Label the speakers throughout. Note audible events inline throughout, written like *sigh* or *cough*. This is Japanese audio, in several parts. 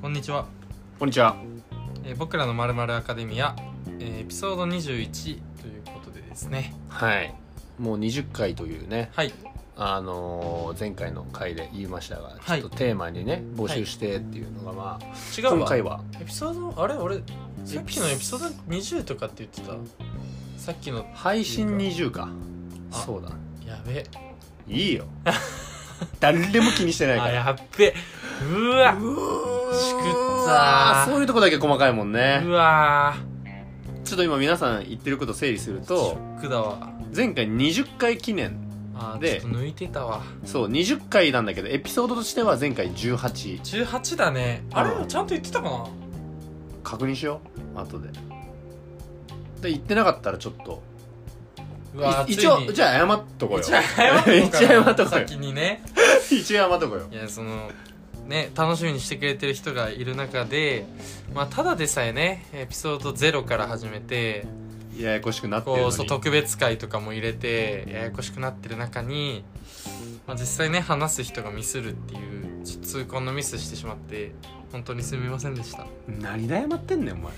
Speaker 1: こんにちは、
Speaker 2: こんにちは。
Speaker 1: えー僕らのまるまるアカデミア、えーエピソード21ということでですね
Speaker 2: はい。もう20回というね、
Speaker 1: はい
Speaker 2: あのー前回の回で言いましたが、
Speaker 1: はい
Speaker 2: ちょっとテーマにね、募集してっていうのが、まあ、
Speaker 1: 違う
Speaker 2: 今
Speaker 1: わ
Speaker 2: 回
Speaker 1: エ
Speaker 2: は、
Speaker 1: ピソードあれ俺さっきのエピソード20とかって言ってたさっきの
Speaker 2: 配信20か。
Speaker 1: あ
Speaker 2: そうだ。
Speaker 1: やべ
Speaker 2: い
Speaker 1: *laughs*
Speaker 2: いよ。誰も気にしてない
Speaker 1: あ
Speaker 2: から。
Speaker 1: やっべうわ
Speaker 2: うー
Speaker 1: しくったー
Speaker 2: そういうとこだけ細かいもん
Speaker 1: う
Speaker 2: ね。
Speaker 1: わ
Speaker 2: ちょっと今皆さん言ってること整理する
Speaker 1: ーシ
Speaker 2: と、
Speaker 1: ョックだわ
Speaker 2: 前回20回記念。
Speaker 1: あー
Speaker 2: で
Speaker 1: ちょっと抜いてたわ
Speaker 2: そう、20回なんだけど、エピソードとしては前回18。
Speaker 1: 18だねあれ
Speaker 2: うん
Speaker 1: ちゃんと言ってたかな
Speaker 2: 確認しよう。後で。で、言ってなかったらちょっと。
Speaker 1: うわー
Speaker 2: い一応
Speaker 1: ついに
Speaker 2: じゃあ謝っとこうよ
Speaker 1: 一応謝っとこうかな
Speaker 2: *laughs* 一応謝っとこうよ
Speaker 1: 先にね
Speaker 2: 一応謝っとこうよ
Speaker 1: いやそのね楽しみにしてくれてる人がいる中でまあただでさえねエピソード0から始めて
Speaker 2: ややこしくなってるの
Speaker 1: こう
Speaker 2: に
Speaker 1: そう特別会とかも入れてややこしくなってる中に、まあ、実際ね話す人がミスるっていうちょっと痛恨のミスしてしまって本当にすみませんでした
Speaker 2: 何で謝ってんねんお前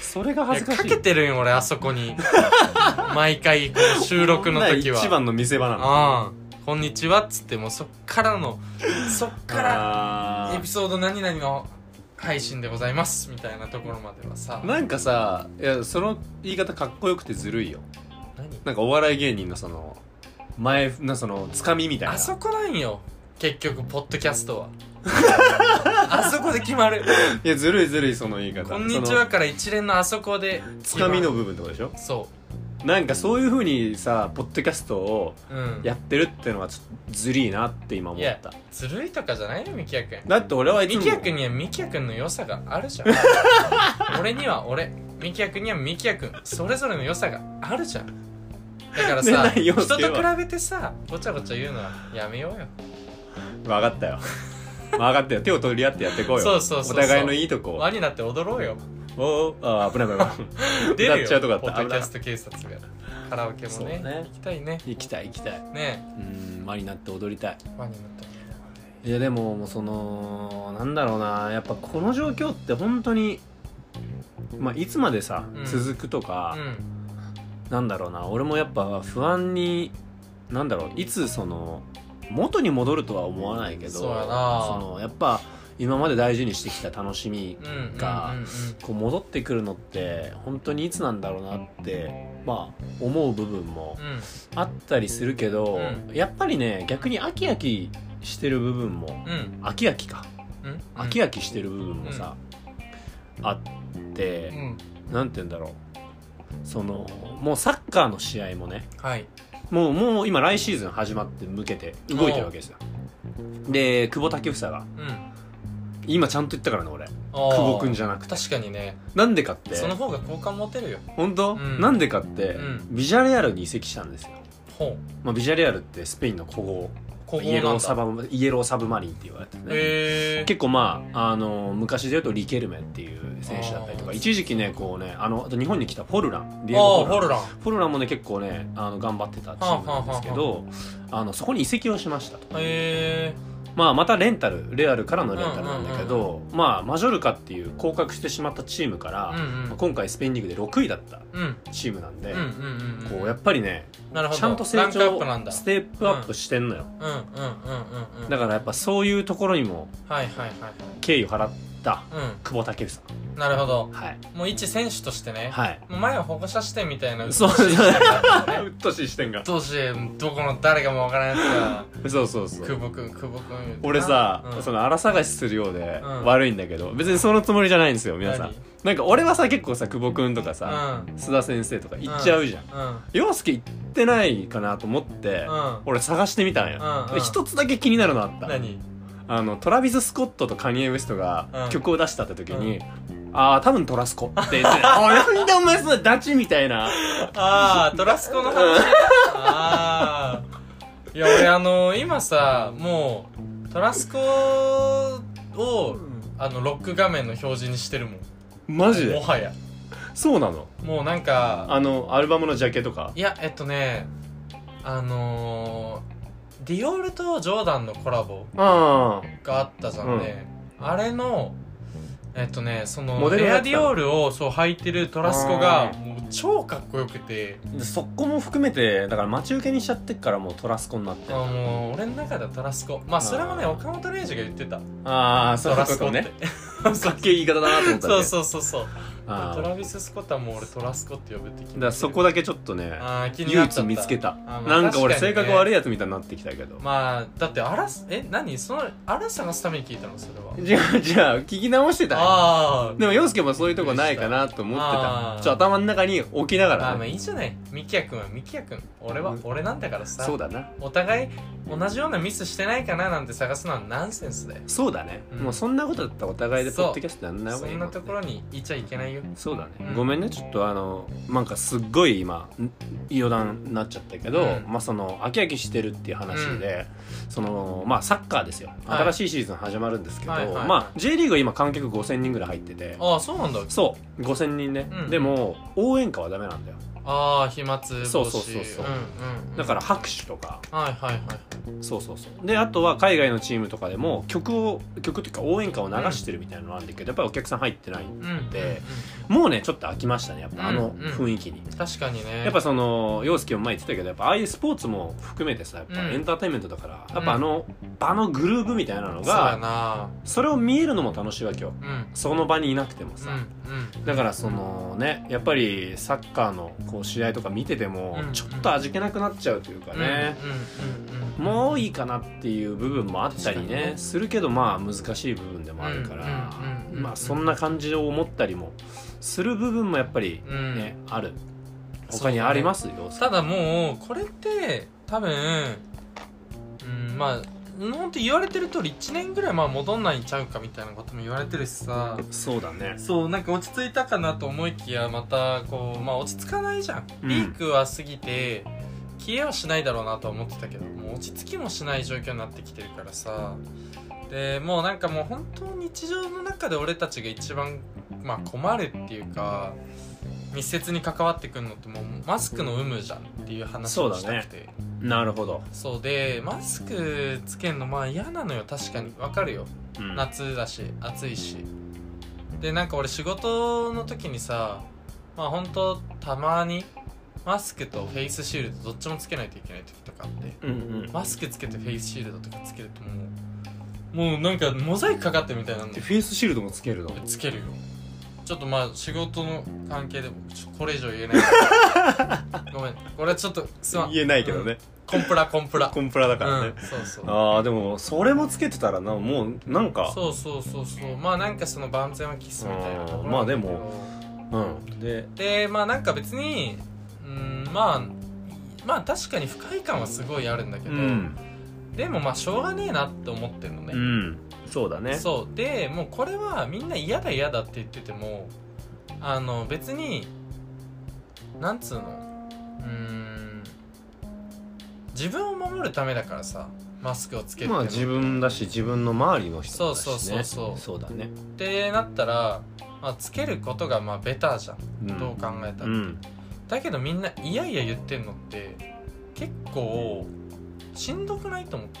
Speaker 2: それが恥ずかしい
Speaker 1: いやかけてるんよ俺あそこに *laughs* 毎回この収録の時は
Speaker 2: 一番の見せ場なの
Speaker 1: ああこんにちはっつってもうそっからのそっから
Speaker 2: あ
Speaker 1: エ
Speaker 2: ー
Speaker 1: ピソード何々の配信でございますみたいなところまではさ
Speaker 2: なんかさいやその言い方かっこよくてずるいよ
Speaker 1: 何
Speaker 2: なんかお笑い芸人のその前なそのつかみみたいな
Speaker 1: あそこなんよ結局ポッドキャストは
Speaker 2: *laughs*
Speaker 1: あそこで決まる
Speaker 2: いやずるいずるいその言い
Speaker 1: 「
Speaker 2: 方
Speaker 1: こんにちは」から一連のあそこで
Speaker 2: つかみの部分とかでしょ
Speaker 1: そ
Speaker 2: なんかそういうふうにさポッドキャストを
Speaker 1: ううん
Speaker 2: やってるってのがちょっとずるいなって今思った
Speaker 1: ずるいとかじゃないよみきやくん
Speaker 2: だって俺はいつ
Speaker 1: み
Speaker 2: も
Speaker 1: きやくんにはみきやくんの良さがある
Speaker 2: *laughs*
Speaker 1: じゃん俺には俺みきやくんにはみきやくんそれぞれの良さがあるじゃんだから
Speaker 2: ね
Speaker 1: さ
Speaker 2: ない
Speaker 1: 人
Speaker 2: よ
Speaker 1: と
Speaker 2: それ
Speaker 1: 比
Speaker 2: は
Speaker 1: べてさごちゃごちゃ言うのはやめようよ
Speaker 2: 分かったよ *laughs* 分かったよ手を取り合ってやっていこうよ
Speaker 1: そうそうそうそう
Speaker 2: お互いのいいとこを
Speaker 1: 輪になって踊ろうよ
Speaker 2: おおあー危ない危ない危な
Speaker 1: *laughs*
Speaker 2: い
Speaker 1: 出る
Speaker 2: 歌
Speaker 1: よ
Speaker 2: っちゃうとこだった
Speaker 1: ポッドキャスト警察がカラオケも
Speaker 2: そう
Speaker 1: ね
Speaker 2: ね
Speaker 1: 行きたいね
Speaker 2: 行きたい行きたいう
Speaker 1: ね
Speaker 2: ーん輪になって踊りたい
Speaker 1: 輪になったり
Speaker 2: いやでももうそのなんだろうなやっぱこの状況って本当にまあいつまでさ、
Speaker 1: うん
Speaker 2: 続くとか、
Speaker 1: うん
Speaker 2: なんだろうな俺もやっぱ不安になんだろういつその元に戻るとは思わないけど
Speaker 1: そうやな
Speaker 2: そのやっぱ今まで大事にしてきた楽しみ
Speaker 1: うんうんうん
Speaker 2: か
Speaker 1: うん
Speaker 2: こう戻ってくるのって本当にいつなんだろうなってまあ思う部分も
Speaker 1: うん
Speaker 2: あったりするけど、
Speaker 1: う
Speaker 2: やっぱりね逆に飽き飽きしてる部分も
Speaker 1: うん
Speaker 2: 飽き飽きか
Speaker 1: うん
Speaker 2: 飽き飽きしてる部分もさ、あって
Speaker 1: う、ん
Speaker 2: なんて言うんだろうそのもうサッカーの試合もね
Speaker 1: はい
Speaker 2: もうもう今来シーズン始まって向けて動いてるわけですよで久保建英が
Speaker 1: うん
Speaker 2: 今ちゃんと言ったからね俺
Speaker 1: 久
Speaker 2: 久保君じゃなくて
Speaker 1: 確かにね
Speaker 2: なんでかって
Speaker 1: その方が好感持てるよ
Speaker 2: 本当、
Speaker 1: うん
Speaker 2: なんでかって、
Speaker 1: うん
Speaker 2: ビジャレアルに移籍したんですよ、
Speaker 1: ほう
Speaker 2: まあ、ビジャレアルってスペインの古豪
Speaker 1: 古
Speaker 2: イエ
Speaker 1: 豪な
Speaker 2: ロー
Speaker 1: ん
Speaker 2: サ
Speaker 1: だ
Speaker 2: バイエローサブマリンって言われてね、
Speaker 1: へえ
Speaker 2: 結構まあ、あの昔で言うとリケルメっていう選手だったりと
Speaker 1: あ
Speaker 2: か
Speaker 1: ー
Speaker 2: 一時期ねこうねあのあと日本に来たフォルランディエ
Speaker 1: あ
Speaker 2: ゴ
Speaker 1: あホルラン
Speaker 2: フォルランもね結構ねあの頑張ってたチームなんですけどあのそこに移籍をしましたと、
Speaker 1: へえ
Speaker 2: まあ、またレンタルレアルからのレンタルなんだけど、まあ、マジョルカっていう降格してしまったチームから、
Speaker 1: うんうん
Speaker 2: まあ今回スペインリーグで6位だった
Speaker 1: うん
Speaker 2: チームなんで、
Speaker 1: うんうんうん
Speaker 2: こうやっぱりね
Speaker 1: なるほど
Speaker 2: ちゃんと成
Speaker 1: ランクアップなん
Speaker 2: 長
Speaker 1: だ
Speaker 2: ステップアップしてんのよ、
Speaker 1: うんうんうんうんうん
Speaker 2: だからやっぱそういうところにも
Speaker 1: はいはいはいはい
Speaker 2: 敬意を払った久保建英さん
Speaker 1: うんなるほど
Speaker 2: はい
Speaker 1: もう一選手としてね
Speaker 2: はい
Speaker 1: もう前は保護者視点みたいな
Speaker 2: そ
Speaker 1: *laughs*
Speaker 2: う
Speaker 1: うっとうしい視点だったよね
Speaker 2: うっとうしい視点が
Speaker 1: どうしどこの誰かもわからないや
Speaker 2: そうそう
Speaker 1: つ
Speaker 2: そ
Speaker 1: が
Speaker 2: う
Speaker 1: 久保君久保君
Speaker 2: 俺さ、
Speaker 1: うん
Speaker 2: その荒探しするようで
Speaker 1: うん
Speaker 2: 悪いんだけど、別にそのつもりじゃないんですよ皆さん
Speaker 1: 何
Speaker 2: なんか俺はさ結構さ久保君とか
Speaker 1: う
Speaker 2: さ、
Speaker 1: ん
Speaker 2: 須田先生とか行っちゃうじゃん、
Speaker 1: うん
Speaker 2: 洋介行ってないかなと思って、
Speaker 1: うん
Speaker 2: 俺探してみたんよ、
Speaker 1: うんうん
Speaker 2: で一つだけ気になるのあった
Speaker 1: 何
Speaker 2: あのトラビス・スコットとカニエ・ウエスト
Speaker 1: う
Speaker 2: が
Speaker 1: ん
Speaker 2: 曲を出したって時に、ああ多分トラスコって
Speaker 1: *laughs*
Speaker 2: 言ってあなんでお前そんなダチみたいな
Speaker 1: ああトラスコの話ああいや俺あの今さもうトラスコをあのロック画面の表示にしてるもん
Speaker 2: マジ
Speaker 1: も
Speaker 2: で
Speaker 1: はや
Speaker 2: そうなの
Speaker 1: もうなんか
Speaker 2: あのアルバムのジャケとか
Speaker 1: いやえっとねあのーディオールとジョーダンのコラボ
Speaker 2: あ
Speaker 1: があったじゃんね、あれのえっとねその
Speaker 2: モデル
Speaker 1: レ
Speaker 2: だ
Speaker 1: ア
Speaker 2: った
Speaker 1: デ
Speaker 2: の
Speaker 1: ィオールをそう履いてるトラスコが
Speaker 2: あー
Speaker 1: もう超かっこよくて
Speaker 2: あそこも含めてだから待ち受けにしちゃってっからもうトラスコになって
Speaker 1: あもう俺の中ではトラスコまあそれもね
Speaker 2: あー
Speaker 1: 岡本玲二が言ってた
Speaker 2: ああ
Speaker 1: ト
Speaker 2: そうい
Speaker 1: ラ
Speaker 2: うこ
Speaker 1: スコっ
Speaker 2: と
Speaker 1: て
Speaker 2: ね *laughs* かっけえ言い方だなと思ったね
Speaker 1: そうそうそうそう
Speaker 2: あ
Speaker 1: ト
Speaker 2: ー
Speaker 1: ラビス・スコットはもう俺トラスコって呼ぶって決めて
Speaker 2: だ
Speaker 1: る
Speaker 2: からそこだけちょっとね
Speaker 1: あー気に
Speaker 2: 唯
Speaker 1: なっちゃった
Speaker 2: 一見つけた
Speaker 1: あーまあ
Speaker 2: なんか俺性
Speaker 1: 確かにね
Speaker 2: 格悪いやつみたいになってきたけど
Speaker 1: まあだってあらすえ何そのあら探すために聞いたのそれは
Speaker 2: じゃあじゃあ聞き直してたよ
Speaker 1: あー
Speaker 2: でも洋介もそういうとこないかなと思って
Speaker 1: あー
Speaker 2: たちょっと頭の中に置きなが
Speaker 1: あー
Speaker 2: ら
Speaker 1: まあ
Speaker 2: ね
Speaker 1: いいじゃないミキヤ君はミキヤ君俺は
Speaker 2: うん
Speaker 1: 俺なんだからさ
Speaker 2: そうだな
Speaker 1: お互い同じようなミスしてないかななんて探すのはナンセンスだよ
Speaker 2: そうだね
Speaker 1: うん
Speaker 2: もうそんなことだったらお互いで
Speaker 1: そ
Speaker 2: ポ
Speaker 1: う
Speaker 2: ッドキャストやんない方
Speaker 1: そ
Speaker 2: がいい
Speaker 1: ん
Speaker 2: も
Speaker 1: なん
Speaker 2: ね
Speaker 1: ところにいちゃいけないよ
Speaker 2: そうだね
Speaker 1: うん
Speaker 2: ごめんねちょっとあのなんかすっごい今ん余談になっちゃったけど
Speaker 1: うん
Speaker 2: まあその飽き飽きしてるっていう話でそのまあサッカーですよ
Speaker 1: はい
Speaker 2: 新しいシーズン始まるんですけど
Speaker 1: はいはいはい
Speaker 2: まあ J リーグは今観客5000人ぐらい入ってて
Speaker 1: ああそうなんだ
Speaker 2: そう5000人ね
Speaker 1: うん
Speaker 2: でも応援歌はダメなんだよ
Speaker 1: ああ飛沫防止
Speaker 2: そうそうそうそうん
Speaker 1: うん
Speaker 2: だから拍手とか
Speaker 1: らはいはいはい
Speaker 2: そうそうそうであとは海外のチームとかでも曲を曲というか応援歌を流してるみたいなのなんだけどやっぱりお客さん入ってない
Speaker 1: うん
Speaker 2: で
Speaker 1: う
Speaker 2: もうねちょっと飽きましたねやっぱあ
Speaker 1: う
Speaker 2: の
Speaker 1: ん
Speaker 2: 雰囲気に
Speaker 1: んうん確かにね
Speaker 2: やっぱその陽介も前言ってたけどやっぱああいうスポーツも含めてさやっぱ
Speaker 1: うん
Speaker 2: エンターテインメントだから
Speaker 1: ん
Speaker 2: やっぱあの場のグルーヴみたいなの
Speaker 1: そうや
Speaker 2: が
Speaker 1: な
Speaker 2: それを見えるのも楽しいわけよ
Speaker 1: うんうん
Speaker 2: その場にいなくてもさ
Speaker 1: うん
Speaker 2: だからそのねやっぱりサッカーのこう試合とか見てても
Speaker 1: うん
Speaker 2: ちょっと味気なくなっちゃうというか
Speaker 1: うん
Speaker 2: ね
Speaker 1: うんうんうんうん
Speaker 2: もういいかなっていう部分もあった
Speaker 1: 確
Speaker 2: り
Speaker 1: かに
Speaker 2: ね
Speaker 1: ね
Speaker 2: するけどまあ難しい部分でもあるから
Speaker 1: うんうんうんうん
Speaker 2: まあそんな感じを思ったりもする部分もやっぱり
Speaker 1: うん
Speaker 2: ねある他にありますよ
Speaker 1: ただもうこれって多分うんまあ本当言われてる通り1年ぐらいまあ戻んないんちゃうかみたいなことも言われてるしさ
Speaker 2: そうだね
Speaker 1: そうなんか落ち着いたかなと思いきやまたこうまあ落ち着かないじゃん、
Speaker 2: うん
Speaker 1: ピークは過ぎて消えはしないだろうなとは思ってたけどもう落ち着きもしない状況になってきてるからさでもうなんかもう本当日常の中で俺たちが一番、まあ、困るっていうか密接に関わってくるのってもうマスクの有無じゃんっていう話をしたくて
Speaker 2: なるほど
Speaker 1: そう,、でマスクつけんのまあ嫌なのよ確かにわかるよ
Speaker 2: うん
Speaker 1: 夏だし暑いしでなんか俺仕事の時にさまあ本当たまにマスクとフェイスシールドどっちもつけないといけない時とかあって
Speaker 2: うんうん
Speaker 1: マスクつけてフェイスシールドとかつけるともうもうなんかモザイクかかってるみたいなんで
Speaker 2: フェイスシールドもつけるの
Speaker 1: つけるよちょっとまあ仕事の関係でもちょこれ以上言えない
Speaker 2: *laughs*
Speaker 1: ごめんこれはちょっとすまん
Speaker 2: 言えないけどね
Speaker 1: コンプラコンプラ
Speaker 2: コンプラだからね
Speaker 1: うんそうそう
Speaker 2: ああでもそれもつけてたらなもうなんか
Speaker 1: そうそうそうそうまあなんかその万全はキスみたいなところ
Speaker 2: あーまあで
Speaker 1: なんだ
Speaker 2: も
Speaker 1: けど
Speaker 2: うんで
Speaker 1: でまあなんか別にうんまあまあ確かに不快感はすごいあるんだけ
Speaker 2: う
Speaker 1: ど、
Speaker 2: ん
Speaker 1: でもまあしょうがねえなって思ってるの
Speaker 2: う
Speaker 1: ね、
Speaker 2: んそうだね
Speaker 1: そうでもうこれはみんな嫌だ嫌だって言っててもあの別になんつうのうーん自分を守るためだからさマスクをつけても
Speaker 2: まあ自分だし自分の周りの人だし、ね、
Speaker 1: そうそうそうそう
Speaker 2: そうだね
Speaker 1: ってなったら、まあ、つけることがまあベターじゃん、
Speaker 2: うん
Speaker 1: どう考えたら、
Speaker 2: うん
Speaker 1: だけどみんないやいや言ってんのって結構しんどくないと思って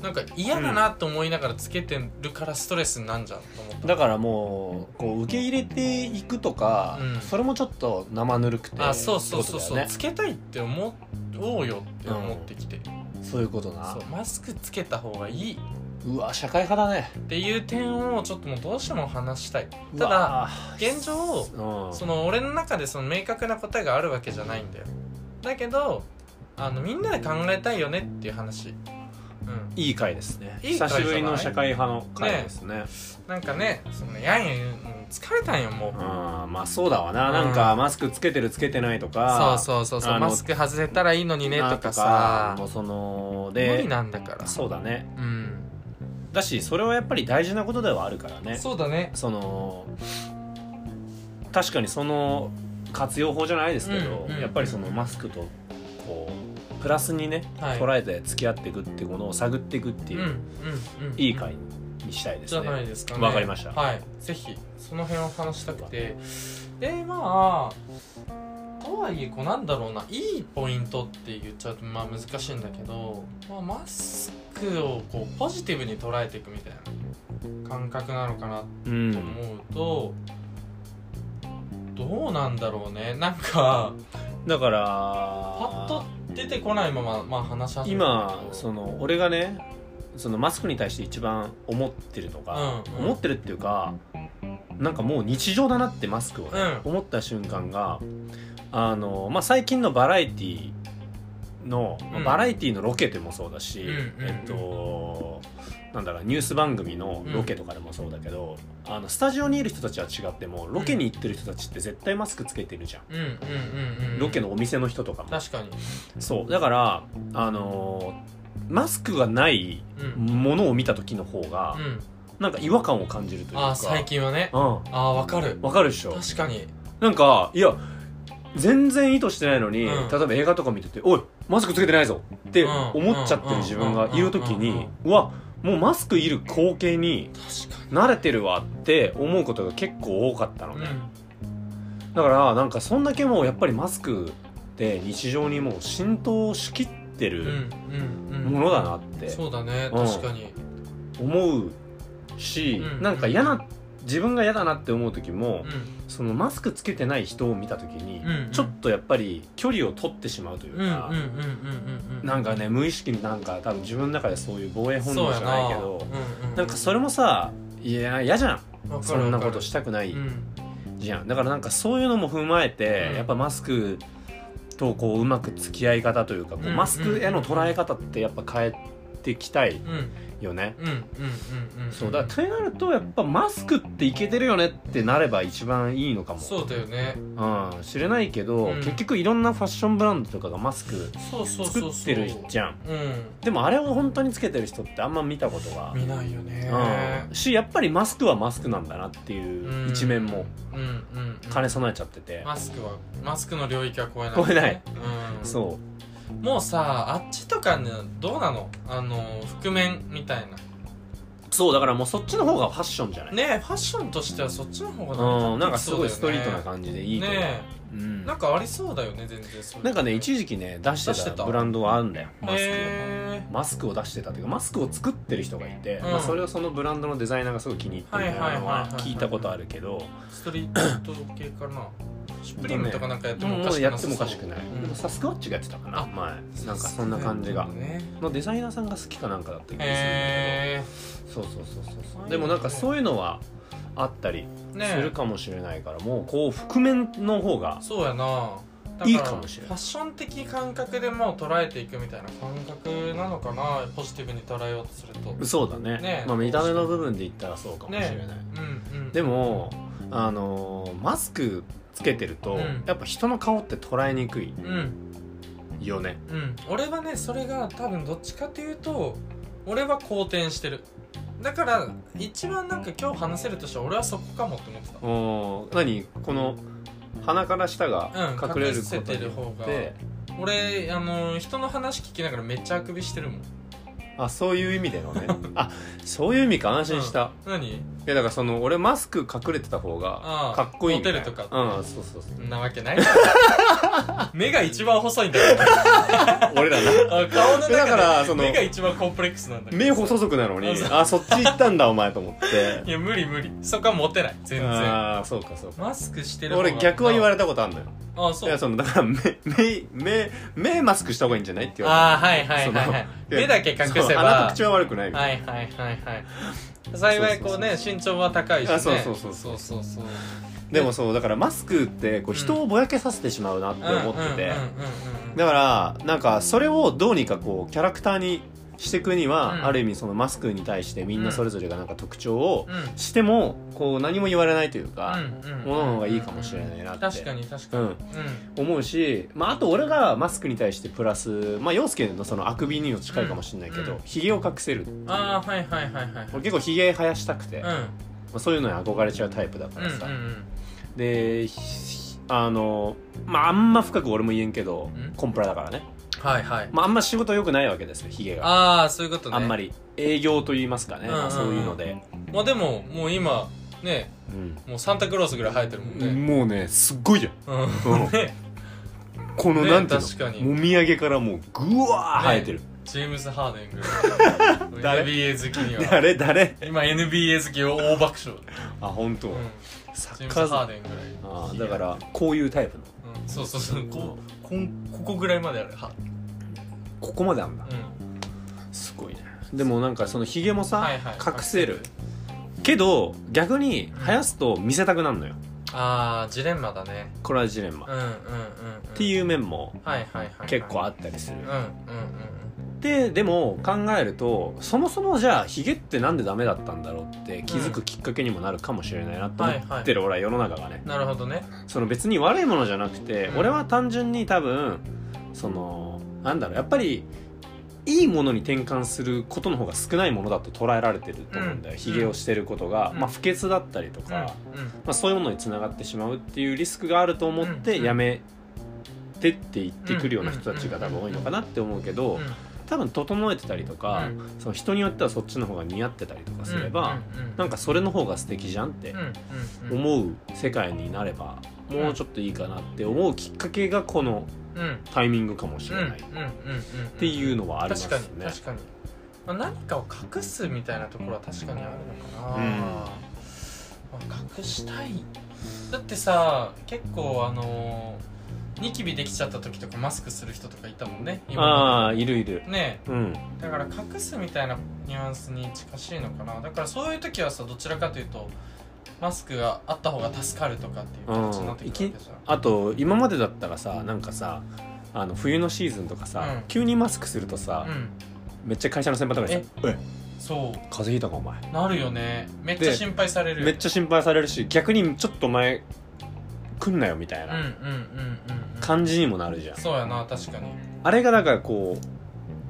Speaker 1: なんか嫌だなと思いながらつけてるからストレスになんじゃんと思った、
Speaker 2: だからもうこう受け入れていくとか、
Speaker 1: うん
Speaker 2: それもちょっと生ぬるくて
Speaker 1: あそうそうそう
Speaker 2: ってこと
Speaker 1: そう、
Speaker 2: だよね
Speaker 1: つけたいって思おうよって思ってきて、
Speaker 2: そういうことな
Speaker 1: そうマスクつけた方がいいう
Speaker 2: わ社会派だね
Speaker 1: っていう点をちょっともうどうしても話したいただ
Speaker 2: うわ
Speaker 1: 現状
Speaker 2: うん
Speaker 1: その俺の中でその明確な答えがあるわけじゃないんだよだけどあのみんなで考えたいよねっていう話うん
Speaker 2: いい回ですね
Speaker 1: いい回
Speaker 2: 久しぶりの社会派の回ですね
Speaker 1: なんかねそのやんやん言うの疲れたんよもう
Speaker 2: うんまあそうだわな、
Speaker 1: うん
Speaker 2: なんかマスクつけてるつけてないと
Speaker 1: そう
Speaker 2: かう
Speaker 1: そうそうそう
Speaker 2: あの
Speaker 1: マスク外せたらいいのにねとかさ
Speaker 2: もうその
Speaker 1: 無理
Speaker 2: で
Speaker 1: なんだから
Speaker 2: そうだね
Speaker 1: うん
Speaker 2: だしそれはやっぱり大事なことではあるからね
Speaker 1: そうだね
Speaker 2: その確かにその活用法じゃないですけど、
Speaker 1: うんうん
Speaker 2: やっぱりそのマスクとこうプラスにね、
Speaker 1: はい
Speaker 2: 捉えて付き合っていくっていうものを探っていくって
Speaker 1: う
Speaker 2: い
Speaker 1: ん
Speaker 2: う、
Speaker 1: うんうん
Speaker 2: いい回にしたいで
Speaker 1: じ
Speaker 2: す
Speaker 1: ゃない
Speaker 2: ね
Speaker 1: ですかね
Speaker 2: わかりました
Speaker 1: はいぜひその辺を話したくてでまあとはいえこうなんだろうないいポイントって言っちゃうとまあ難しいんだけど、まあ、マスクをこうポジティブに捉えていくみたいな感覚なのかな
Speaker 2: う
Speaker 1: と
Speaker 2: ん
Speaker 1: 思うと、どうなんだろうねなんか
Speaker 2: だから
Speaker 1: パッと出てこないまま、まあ、話し始めた
Speaker 2: 今
Speaker 1: けど
Speaker 2: その俺がねそのマスクに対して一番思ってるのが、
Speaker 1: うんうん
Speaker 2: 思ってるっていうかなんかもう日常だなってマスクをね、思った瞬間があの、まあ、最近のバラエティの、まあ
Speaker 1: うん
Speaker 2: バラエティのロケでもそうだし、
Speaker 1: うんうんうん
Speaker 2: えっとなんだろうニュース番組のロケとかでもそうだけど、あのスタジオにいる人たちは違ってもロケに行ってる人たちって絶対マスクつけてるじゃん、
Speaker 1: うんうんうんうん
Speaker 2: ロケのお店の人とかも
Speaker 1: 確かに、
Speaker 2: そうだからあのーマスクがない
Speaker 1: うん
Speaker 2: ものを見た時の方が、
Speaker 1: うん、
Speaker 2: なんか違和感を感じるというか
Speaker 1: あー最近はね
Speaker 2: うん
Speaker 1: あーわかる
Speaker 2: わかるでしょ
Speaker 1: 確かに
Speaker 2: なんかいや全然意図してないのに、
Speaker 1: うん
Speaker 2: 例えば映画とか見てて「おいマスクつけてないぞ」って思っちゃってる自分がいる時にうわもうマスクいる光景に
Speaker 1: 確か
Speaker 2: 慣れてるわって思うことが結構多かったの
Speaker 1: に、
Speaker 2: ね、だからなんかそんだけもうやっぱりマスクって日常にもう浸透しきって
Speaker 1: う
Speaker 2: る、
Speaker 1: んうんうんうん
Speaker 2: ものだなって
Speaker 1: そうだね
Speaker 2: うん
Speaker 1: 確かに
Speaker 2: 思うし、
Speaker 1: うん
Speaker 2: なんか嫌な自分が嫌だなって思う時も、
Speaker 1: う
Speaker 2: そのマスクつけてない人を見た時に、
Speaker 1: うんうん
Speaker 2: ちょっとやっぱり距離を取ってしまうというん
Speaker 1: うんうんうん
Speaker 2: か、
Speaker 1: うんうん
Speaker 2: なんかね無意識になんか多分自分の中でそういう防衛本能じゃないけど
Speaker 1: そうやな,、うんうん、
Speaker 2: なんかそれもさいや嫌じゃん
Speaker 1: わかる
Speaker 2: そんなこと
Speaker 1: し
Speaker 2: したくない
Speaker 1: うん
Speaker 2: じゃんだからなんかそういうのも踏まえて、
Speaker 1: うん
Speaker 2: やっぱマスクとこううまく付き合い方というかこう
Speaker 1: うん
Speaker 2: マスクへの捉え方ってやっぱ変えていきたい
Speaker 1: うんうん
Speaker 2: よね、
Speaker 1: うんうんうん
Speaker 2: そうだとなるとやっぱマスクっていけてるよねってなれば一番いいのかも
Speaker 1: そうだよね
Speaker 2: うん、知れないけど、
Speaker 1: うん
Speaker 2: 結局いろんなファッションブランドとかがマスク
Speaker 1: そうそうそう
Speaker 2: 作
Speaker 1: そう
Speaker 2: ってるじゃん
Speaker 1: うん
Speaker 2: でもあれを本当につけてる人ってあんま見たことが、
Speaker 1: 見ないよね
Speaker 2: うん、しやっぱりマスクはマスクなんだなって
Speaker 1: う
Speaker 2: い
Speaker 1: ん
Speaker 2: う一面も
Speaker 1: うんうんうん
Speaker 2: 兼ね備えちゃってて、
Speaker 1: マスクはマスクの領域は超えない、
Speaker 2: 超えない、
Speaker 1: うん、
Speaker 2: そ
Speaker 1: もうさあっちとかねどうなのあの覆面みたいな
Speaker 2: うそうだからもうそっちの方がファッションじゃない、
Speaker 1: ねえファッションとしてはそっちの方が
Speaker 2: うん、なん
Speaker 1: か
Speaker 2: かすごいストリートな
Speaker 1: 感
Speaker 2: 感じでい
Speaker 1: じ
Speaker 2: いと
Speaker 1: ね
Speaker 2: 思う、
Speaker 1: ね
Speaker 2: うん、
Speaker 1: えなんかありそうだよね全然それ
Speaker 2: なんかね一時期ね出し
Speaker 1: 出しててた
Speaker 2: たブランドはあるんだよマスクを。
Speaker 1: へ
Speaker 2: マスクを出してたというかマスクを作ってる人がいて、
Speaker 1: ん
Speaker 2: まあ、それをそのブランドのデザイナーがすごい気に入ってるみたいなの
Speaker 1: はいはい
Speaker 2: は
Speaker 1: はいはい
Speaker 2: 聞いたことあるけど
Speaker 1: えストリート系かなシュプリームとかなんかやってもお
Speaker 2: も
Speaker 1: かしく
Speaker 2: う
Speaker 1: なさ
Speaker 2: やっ
Speaker 1: そ
Speaker 2: て
Speaker 1: う
Speaker 2: もおかしくない、
Speaker 1: うん
Speaker 2: でもサスクワッチがやってたかな
Speaker 1: あ
Speaker 2: 前なんかそんな感じが
Speaker 1: ね
Speaker 2: のデザイナーさんが好きかなんかだった気がするんだ
Speaker 1: へ
Speaker 2: けどそうそうそうそう
Speaker 1: は
Speaker 2: そう
Speaker 1: い
Speaker 2: でもなんかそういうのはあったり
Speaker 1: えね
Speaker 2: す
Speaker 1: え
Speaker 2: るかもしれないから、もうこう覆面の方が
Speaker 1: そうやなだら
Speaker 2: いいかもしれない
Speaker 1: ファッション的感覚でもう捉えていくみたいな感覚なのかなポジティブに捉えようとすると
Speaker 2: そうだね
Speaker 1: ね
Speaker 2: まあ、見た目の部分で言ったらそうかもしれない、
Speaker 1: うんうん
Speaker 2: で
Speaker 1: も
Speaker 2: もあのーマスクつけてると、
Speaker 1: うん
Speaker 2: やっぱ人の顔って捉えにくい
Speaker 1: うん
Speaker 2: よね
Speaker 1: うん、俺はねそれが多分どっちかというと俺は好転してるだから一番なんか今日話せるとしたら俺はそこかもって思ってた
Speaker 2: おー何この鼻から下が
Speaker 1: うん
Speaker 2: 隠れ
Speaker 1: 隠
Speaker 2: るこ
Speaker 1: せ
Speaker 2: と
Speaker 1: て
Speaker 2: に
Speaker 1: る方
Speaker 2: よ
Speaker 1: が
Speaker 2: って、
Speaker 1: 俺あの人の話聞きながらめっちゃあくびしてるもん
Speaker 2: あそういう意味でのねあそういう意味か安心した、
Speaker 1: 何
Speaker 2: いやだからその俺マスク隠れてた方が
Speaker 1: あー
Speaker 2: かっこいいみたいな
Speaker 1: モテると
Speaker 2: うんそうそうそ
Speaker 1: んなわけ
Speaker 2: *laughs*
Speaker 1: ないだろ目が一番細いんだから
Speaker 2: う
Speaker 1: *laughs*
Speaker 2: 俺らな
Speaker 1: あ顔の
Speaker 2: だから
Speaker 1: 中で
Speaker 2: その
Speaker 1: 目が一番コンプレックスなんだけど
Speaker 2: 目細くなのに
Speaker 1: あそう
Speaker 2: あそっち行ったんだお前と思っ
Speaker 1: い
Speaker 2: て
Speaker 1: や無理無理そこはモテない全然
Speaker 2: ああそうかそうか
Speaker 1: マスクしてる方が
Speaker 2: 俺逆は言わ
Speaker 1: れ
Speaker 2: れたことあるのよ
Speaker 1: あ
Speaker 2: い
Speaker 1: そう
Speaker 2: やそのだから目目目目マスクした方がいいんじゃないって言われて
Speaker 1: ああはいはいはいはい
Speaker 2: その
Speaker 1: 目だけ隠
Speaker 2: そう
Speaker 1: せば
Speaker 2: 鼻と口は悪くないみたいな
Speaker 1: はいはいはいはい幸いこうね身長は高いしね
Speaker 2: あそうそうそう
Speaker 1: そ
Speaker 2: そうう
Speaker 1: そうそう
Speaker 2: でもそうだからマスクってこう
Speaker 1: うん
Speaker 2: 人をぼやけさせてしまうなって思っ
Speaker 1: うんう
Speaker 2: てて、
Speaker 1: んうんうん
Speaker 2: だからなんかそれをどうにかこうキャラクターにしていくには、
Speaker 1: うん
Speaker 2: ある意味そのマスクに対してみんなそれぞれがなんか特徴を
Speaker 1: うん
Speaker 2: してもこう何も言われないというか、
Speaker 1: うんうん
Speaker 2: ものの方がいいかもしれないなって
Speaker 1: 確かに確か
Speaker 2: う
Speaker 1: に
Speaker 2: ん思うし、まあ、あと俺がマスクに対してプラス、まあ、陽介のそのあくびにも近いかもしれないけ
Speaker 1: う
Speaker 2: ど
Speaker 1: ん
Speaker 2: ひげ、を隠せる
Speaker 1: うんああはいはいはいはい
Speaker 2: 俺結構ひげ生やしたくて、
Speaker 1: うん
Speaker 2: まあ、そういうのに憧れちゃうタイプだか
Speaker 1: うんう
Speaker 2: ら
Speaker 1: ん
Speaker 2: さ、でひあのまああんま深く俺も言えんけど
Speaker 1: うん
Speaker 2: コンプラだからね
Speaker 1: うんはいはい
Speaker 2: まあ、あんま仕事良くないわけですよヒゲがあ,、
Speaker 1: ああそういうことね
Speaker 2: んまり営業と言いますかね、
Speaker 1: うんうんうん
Speaker 2: まあ、そういうので、
Speaker 1: まあでももう今ねもうサンタクロースぐらい生えてるもん
Speaker 2: う
Speaker 1: ね
Speaker 2: んもうねすっごいじゃん
Speaker 1: うん、
Speaker 2: うん
Speaker 1: *laughs* ね
Speaker 2: この
Speaker 1: ね
Speaker 2: なんていう
Speaker 1: 確かに
Speaker 2: の、もみあげからもうぐわー生えてる、
Speaker 1: ジェームズ・ハーデンぐらい
Speaker 2: *laughs* 誰
Speaker 1: NBA 好きには
Speaker 2: 誰誰
Speaker 1: 今 NBA 好きを大爆笑、
Speaker 2: あ本当、
Speaker 1: うん、
Speaker 2: サ
Speaker 1: ジェー
Speaker 2: ッ
Speaker 1: ム
Speaker 2: カ
Speaker 1: ズ・
Speaker 2: ー
Speaker 1: ハー
Speaker 2: 好き
Speaker 1: デンぐらい
Speaker 2: あーだからこういうタイプの
Speaker 1: うんそうそうそうここんここぐらいまであるは、
Speaker 2: ここまであんだ、
Speaker 1: うん、
Speaker 2: すごいねでもなんかそのヒゲもさ、
Speaker 1: はいはい
Speaker 2: 隠せるけど逆に生やすと見せたくなるのよ
Speaker 1: ああジレンマだね
Speaker 2: これはジレンマ、
Speaker 1: うん
Speaker 2: っ
Speaker 1: うんうん、うん、って
Speaker 2: いう面も
Speaker 1: はいはいはい、はい、
Speaker 2: 結構
Speaker 1: あ
Speaker 2: あったりする、
Speaker 1: うんうんうん
Speaker 2: ででも考えるとそもそもじゃあヒゲってなんでダメだったんだろうって気づくきっかけにもなるかもしれないなと思ってる、俺は世の中がね
Speaker 1: うんなるほどね
Speaker 2: その別に悪いものじゃなくて、
Speaker 1: うん
Speaker 2: 俺は単純に多分そのなんだろうやっぱりいいものに転換することの方が少ないものだと捉えられてると思うんだよ、
Speaker 1: うん
Speaker 2: ヒゲをしてることが、
Speaker 1: うん
Speaker 2: まあ、不潔だったりと
Speaker 1: うん
Speaker 2: か、まあ、そういうものにつながってしまうっていうリスクがあると思って
Speaker 1: うん
Speaker 2: やめてって言ってくるような人たちが多分多いのかなって思うけど
Speaker 1: うんうん
Speaker 2: 多分整えてたりとか、
Speaker 1: うん
Speaker 2: その人によってはそっちの方が似合ってたりとかすれば、
Speaker 1: うんうんうん、
Speaker 2: なんかそれの方が素敵じゃんって
Speaker 1: うんうんうん
Speaker 2: 思う世界になればもうちょっといいかなって思うきっかけがこの
Speaker 1: うんうん
Speaker 2: タイミングかもしれないっ
Speaker 1: うんうんうんうん
Speaker 2: ていうのはあります
Speaker 1: 確
Speaker 2: ね
Speaker 1: かに。確かに、まあ、何かを隠すみたいなところは確かにあるのかな、
Speaker 2: うん
Speaker 1: まあ、隠したいだってさ結構あのーニキビできちゃった時とかマスクする人とかいたもんね今
Speaker 2: ああいるいる。
Speaker 1: ね
Speaker 2: うん、
Speaker 1: だから隠すみたいなニュアンスに近しいのかなだからそういう時はさどちらかというとマスクがあった方が助かるとかっていう形になってくるわけじゃん
Speaker 2: あと今までだったらさなんかさあの冬のシーズンとかさ、
Speaker 1: うん
Speaker 2: 急にマスクするとさ、
Speaker 1: うん
Speaker 2: めっちゃ会社の先輩とかにさ「おい
Speaker 1: そ
Speaker 2: 風邪ひいたかお前」
Speaker 1: うなるよねめっちゃ
Speaker 2: で
Speaker 1: 心配されるよ
Speaker 2: めっちゃ心配されるし逆にちょっとお前来んなよみた
Speaker 1: う
Speaker 2: い
Speaker 1: んうんうん
Speaker 2: な
Speaker 1: うんうん
Speaker 2: 感じにもなるじゃん、
Speaker 1: そうやな確かに
Speaker 2: あれがだからこ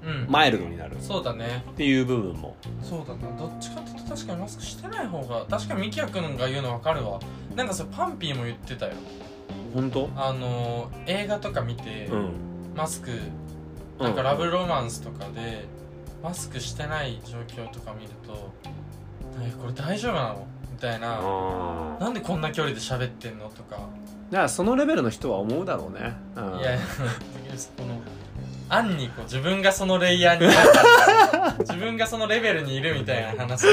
Speaker 1: うん
Speaker 2: うマイルドになるっ
Speaker 1: そうだね
Speaker 2: ていう部分も
Speaker 1: そうだなどっちかっていうと確かにマスクしてない方が確かにミキヤ君が言うの分かるわなんかそれパンピーも言ってたよ
Speaker 2: 本当
Speaker 1: あのー映画とか見て、
Speaker 2: うん
Speaker 1: マスクなんか
Speaker 2: う
Speaker 1: ラブロマンスとかでマスクしてない状況とか見るとえこれ大丈夫なのみたいな
Speaker 2: あー
Speaker 1: なんでこんな距離で喋ってんのとか
Speaker 2: だからそのレベルの人は思うだろうね、うん
Speaker 1: いやいやこの暗にこう自分がそのレイヤーにな
Speaker 2: *laughs*
Speaker 1: ったんだ自分がそのレベルにいるみたいな話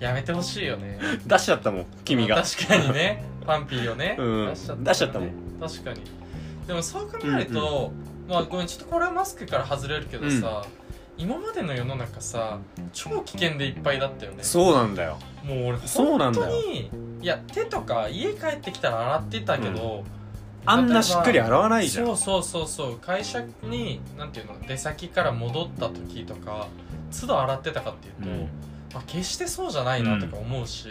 Speaker 1: やめてほしいよね
Speaker 2: 出しちゃったもん君が
Speaker 1: 確かにねパンピーをね、
Speaker 2: うん
Speaker 1: ね
Speaker 2: 出しちゃったも
Speaker 1: 確かにでもそう考えると、まあごめんちょっとこれはマスクから外れるけどさ、今までの世の中さ超危険でいっぱいだったよね
Speaker 2: そうなんだよ
Speaker 1: もう俺
Speaker 2: そうなんだよ
Speaker 1: 本当にいや手とか家帰ってきたら洗ってたけど、
Speaker 2: あんなしっくり洗わないじゃん
Speaker 1: そうそうそうそう会社になんていうの出先から戻った時とか都度洗ってたかっていうと、
Speaker 2: うん
Speaker 1: まあ、決してそうじゃないなとか思うし、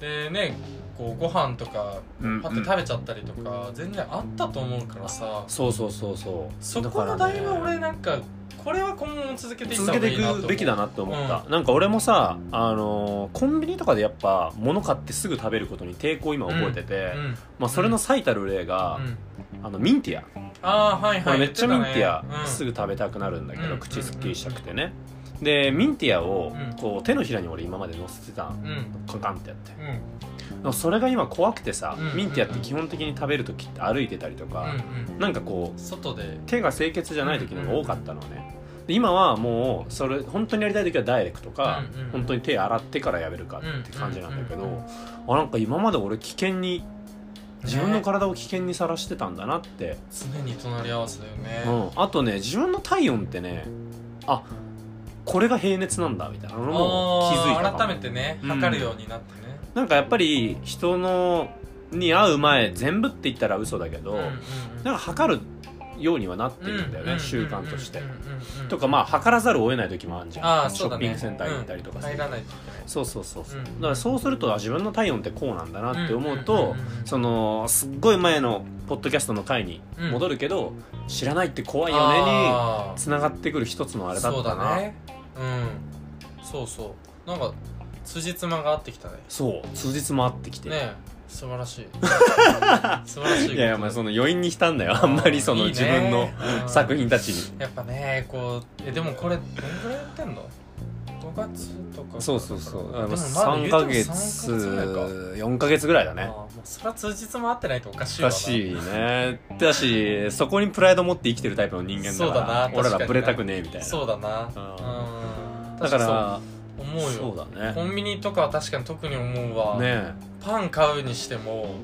Speaker 1: でねこうご飯とか
Speaker 2: うん
Speaker 1: パッて食べちゃったりとか全然あったと思うからさ、
Speaker 2: そうそうそうそう
Speaker 1: そこがだいぶ俺なんかこれは今後も続けていった
Speaker 2: 続
Speaker 1: 方が
Speaker 2: け
Speaker 1: い
Speaker 2: てい
Speaker 1: いなと思う
Speaker 2: くべきだなって思った、なんか俺もさ、あのーコンビニとかでやっぱ物買ってすぐ食べることに抵抗を今覚えてて、
Speaker 1: うん
Speaker 2: まあ、それの最たる例が、
Speaker 1: うん
Speaker 2: あのミンティア、
Speaker 1: ああはい
Speaker 2: こ
Speaker 1: は
Speaker 2: れ
Speaker 1: い
Speaker 2: めっちゃミンティア、す
Speaker 1: ぐ
Speaker 2: ぐ食べたくなるんだけど、
Speaker 1: うん
Speaker 2: 口すっきりしたくてね、でミンティアを
Speaker 1: うん
Speaker 2: こう手のひらに俺今まで乗せてた
Speaker 1: うんうん
Speaker 2: カンカンってやって
Speaker 1: うん
Speaker 2: でもそれが今怖くてさ、
Speaker 1: うん
Speaker 2: ミンティアって基本的に食べる時って歩いてたりと
Speaker 1: う
Speaker 2: か、
Speaker 1: ん
Speaker 2: なんか
Speaker 1: う
Speaker 2: こうん
Speaker 1: 外で
Speaker 2: 手が清潔じゃない時の方が多かったのねで今はもうそれ本当にやりたい時はダイレクトか、
Speaker 1: うんうん
Speaker 2: 本当に手洗ってからやめるかって感じなんだけど、
Speaker 1: うんうんうん
Speaker 2: あなんか今まで俺危険に自分の体を危険にさらしてたんだなって、
Speaker 1: 常に隣り合わせだよね、
Speaker 2: うん、あとね自分の体温ってねあこれが平熱なんだみたいなのも気づいた
Speaker 1: あ
Speaker 2: か
Speaker 1: ー
Speaker 2: も
Speaker 1: 改めてね
Speaker 2: うん
Speaker 1: 測るようになってね、
Speaker 2: なんかやっぱり人のに会う前全部って言ったら嘘だけど、
Speaker 1: うんうんうん
Speaker 2: なんか測るようにはなってるんだよね、
Speaker 1: う
Speaker 2: 習慣として、
Speaker 1: うんうんうん
Speaker 2: とかまあ測らざるを得ない時もあるじゃ
Speaker 1: あ
Speaker 2: ん
Speaker 1: ー
Speaker 2: シ
Speaker 1: そ
Speaker 2: ョ
Speaker 1: うだ
Speaker 2: ッ
Speaker 1: ね
Speaker 2: ピングセンターに行ったりとかさ
Speaker 1: 入らないとい
Speaker 2: そうそうそうそう、
Speaker 1: うん
Speaker 2: だからそうするとあ自分の体温ってこうなんだ
Speaker 1: け
Speaker 2: な
Speaker 1: ない
Speaker 2: って思うと、そのすっごい前のポッドキャストの回に戻るけど、知らないって怖いよねに
Speaker 1: に
Speaker 2: つながってくる一つのあれだっ
Speaker 1: そ
Speaker 2: たなそう
Speaker 1: うだねうんそうそうなんか辻褄が合ってきたね
Speaker 2: 通じつま合ってきて、
Speaker 1: ね素晴ら
Speaker 2: *laughs*
Speaker 1: しい素晴らしいこと
Speaker 2: いやいやまあその余韻に浸んだよあんまりそ
Speaker 1: い
Speaker 2: の
Speaker 1: いね
Speaker 2: 自分の
Speaker 1: うん
Speaker 2: 作品たちに
Speaker 1: やっぱねこうえでもこれどんぐらいやってんの ?5 月とか
Speaker 2: そうそうそう
Speaker 1: でもまだ
Speaker 2: 3ヶ月4ヶ月ぐらいだ
Speaker 1: ねあ
Speaker 2: ね
Speaker 1: ーもうそれは通日も合ってないとおかしい
Speaker 2: お
Speaker 1: わ
Speaker 2: か
Speaker 1: な
Speaker 2: しいねだしそこにプライド持って生きてるタイプの人間だか
Speaker 1: そうだな
Speaker 2: ら
Speaker 1: 確かに
Speaker 2: 俺らブレたくねえみたいな
Speaker 1: そうだな
Speaker 2: あ
Speaker 1: うん
Speaker 2: だから
Speaker 1: 確にそう思うよ
Speaker 2: そうだ
Speaker 1: コ
Speaker 2: ね
Speaker 1: ンビニとかは確かに特に思うわ、
Speaker 2: ね
Speaker 1: パン買うにしても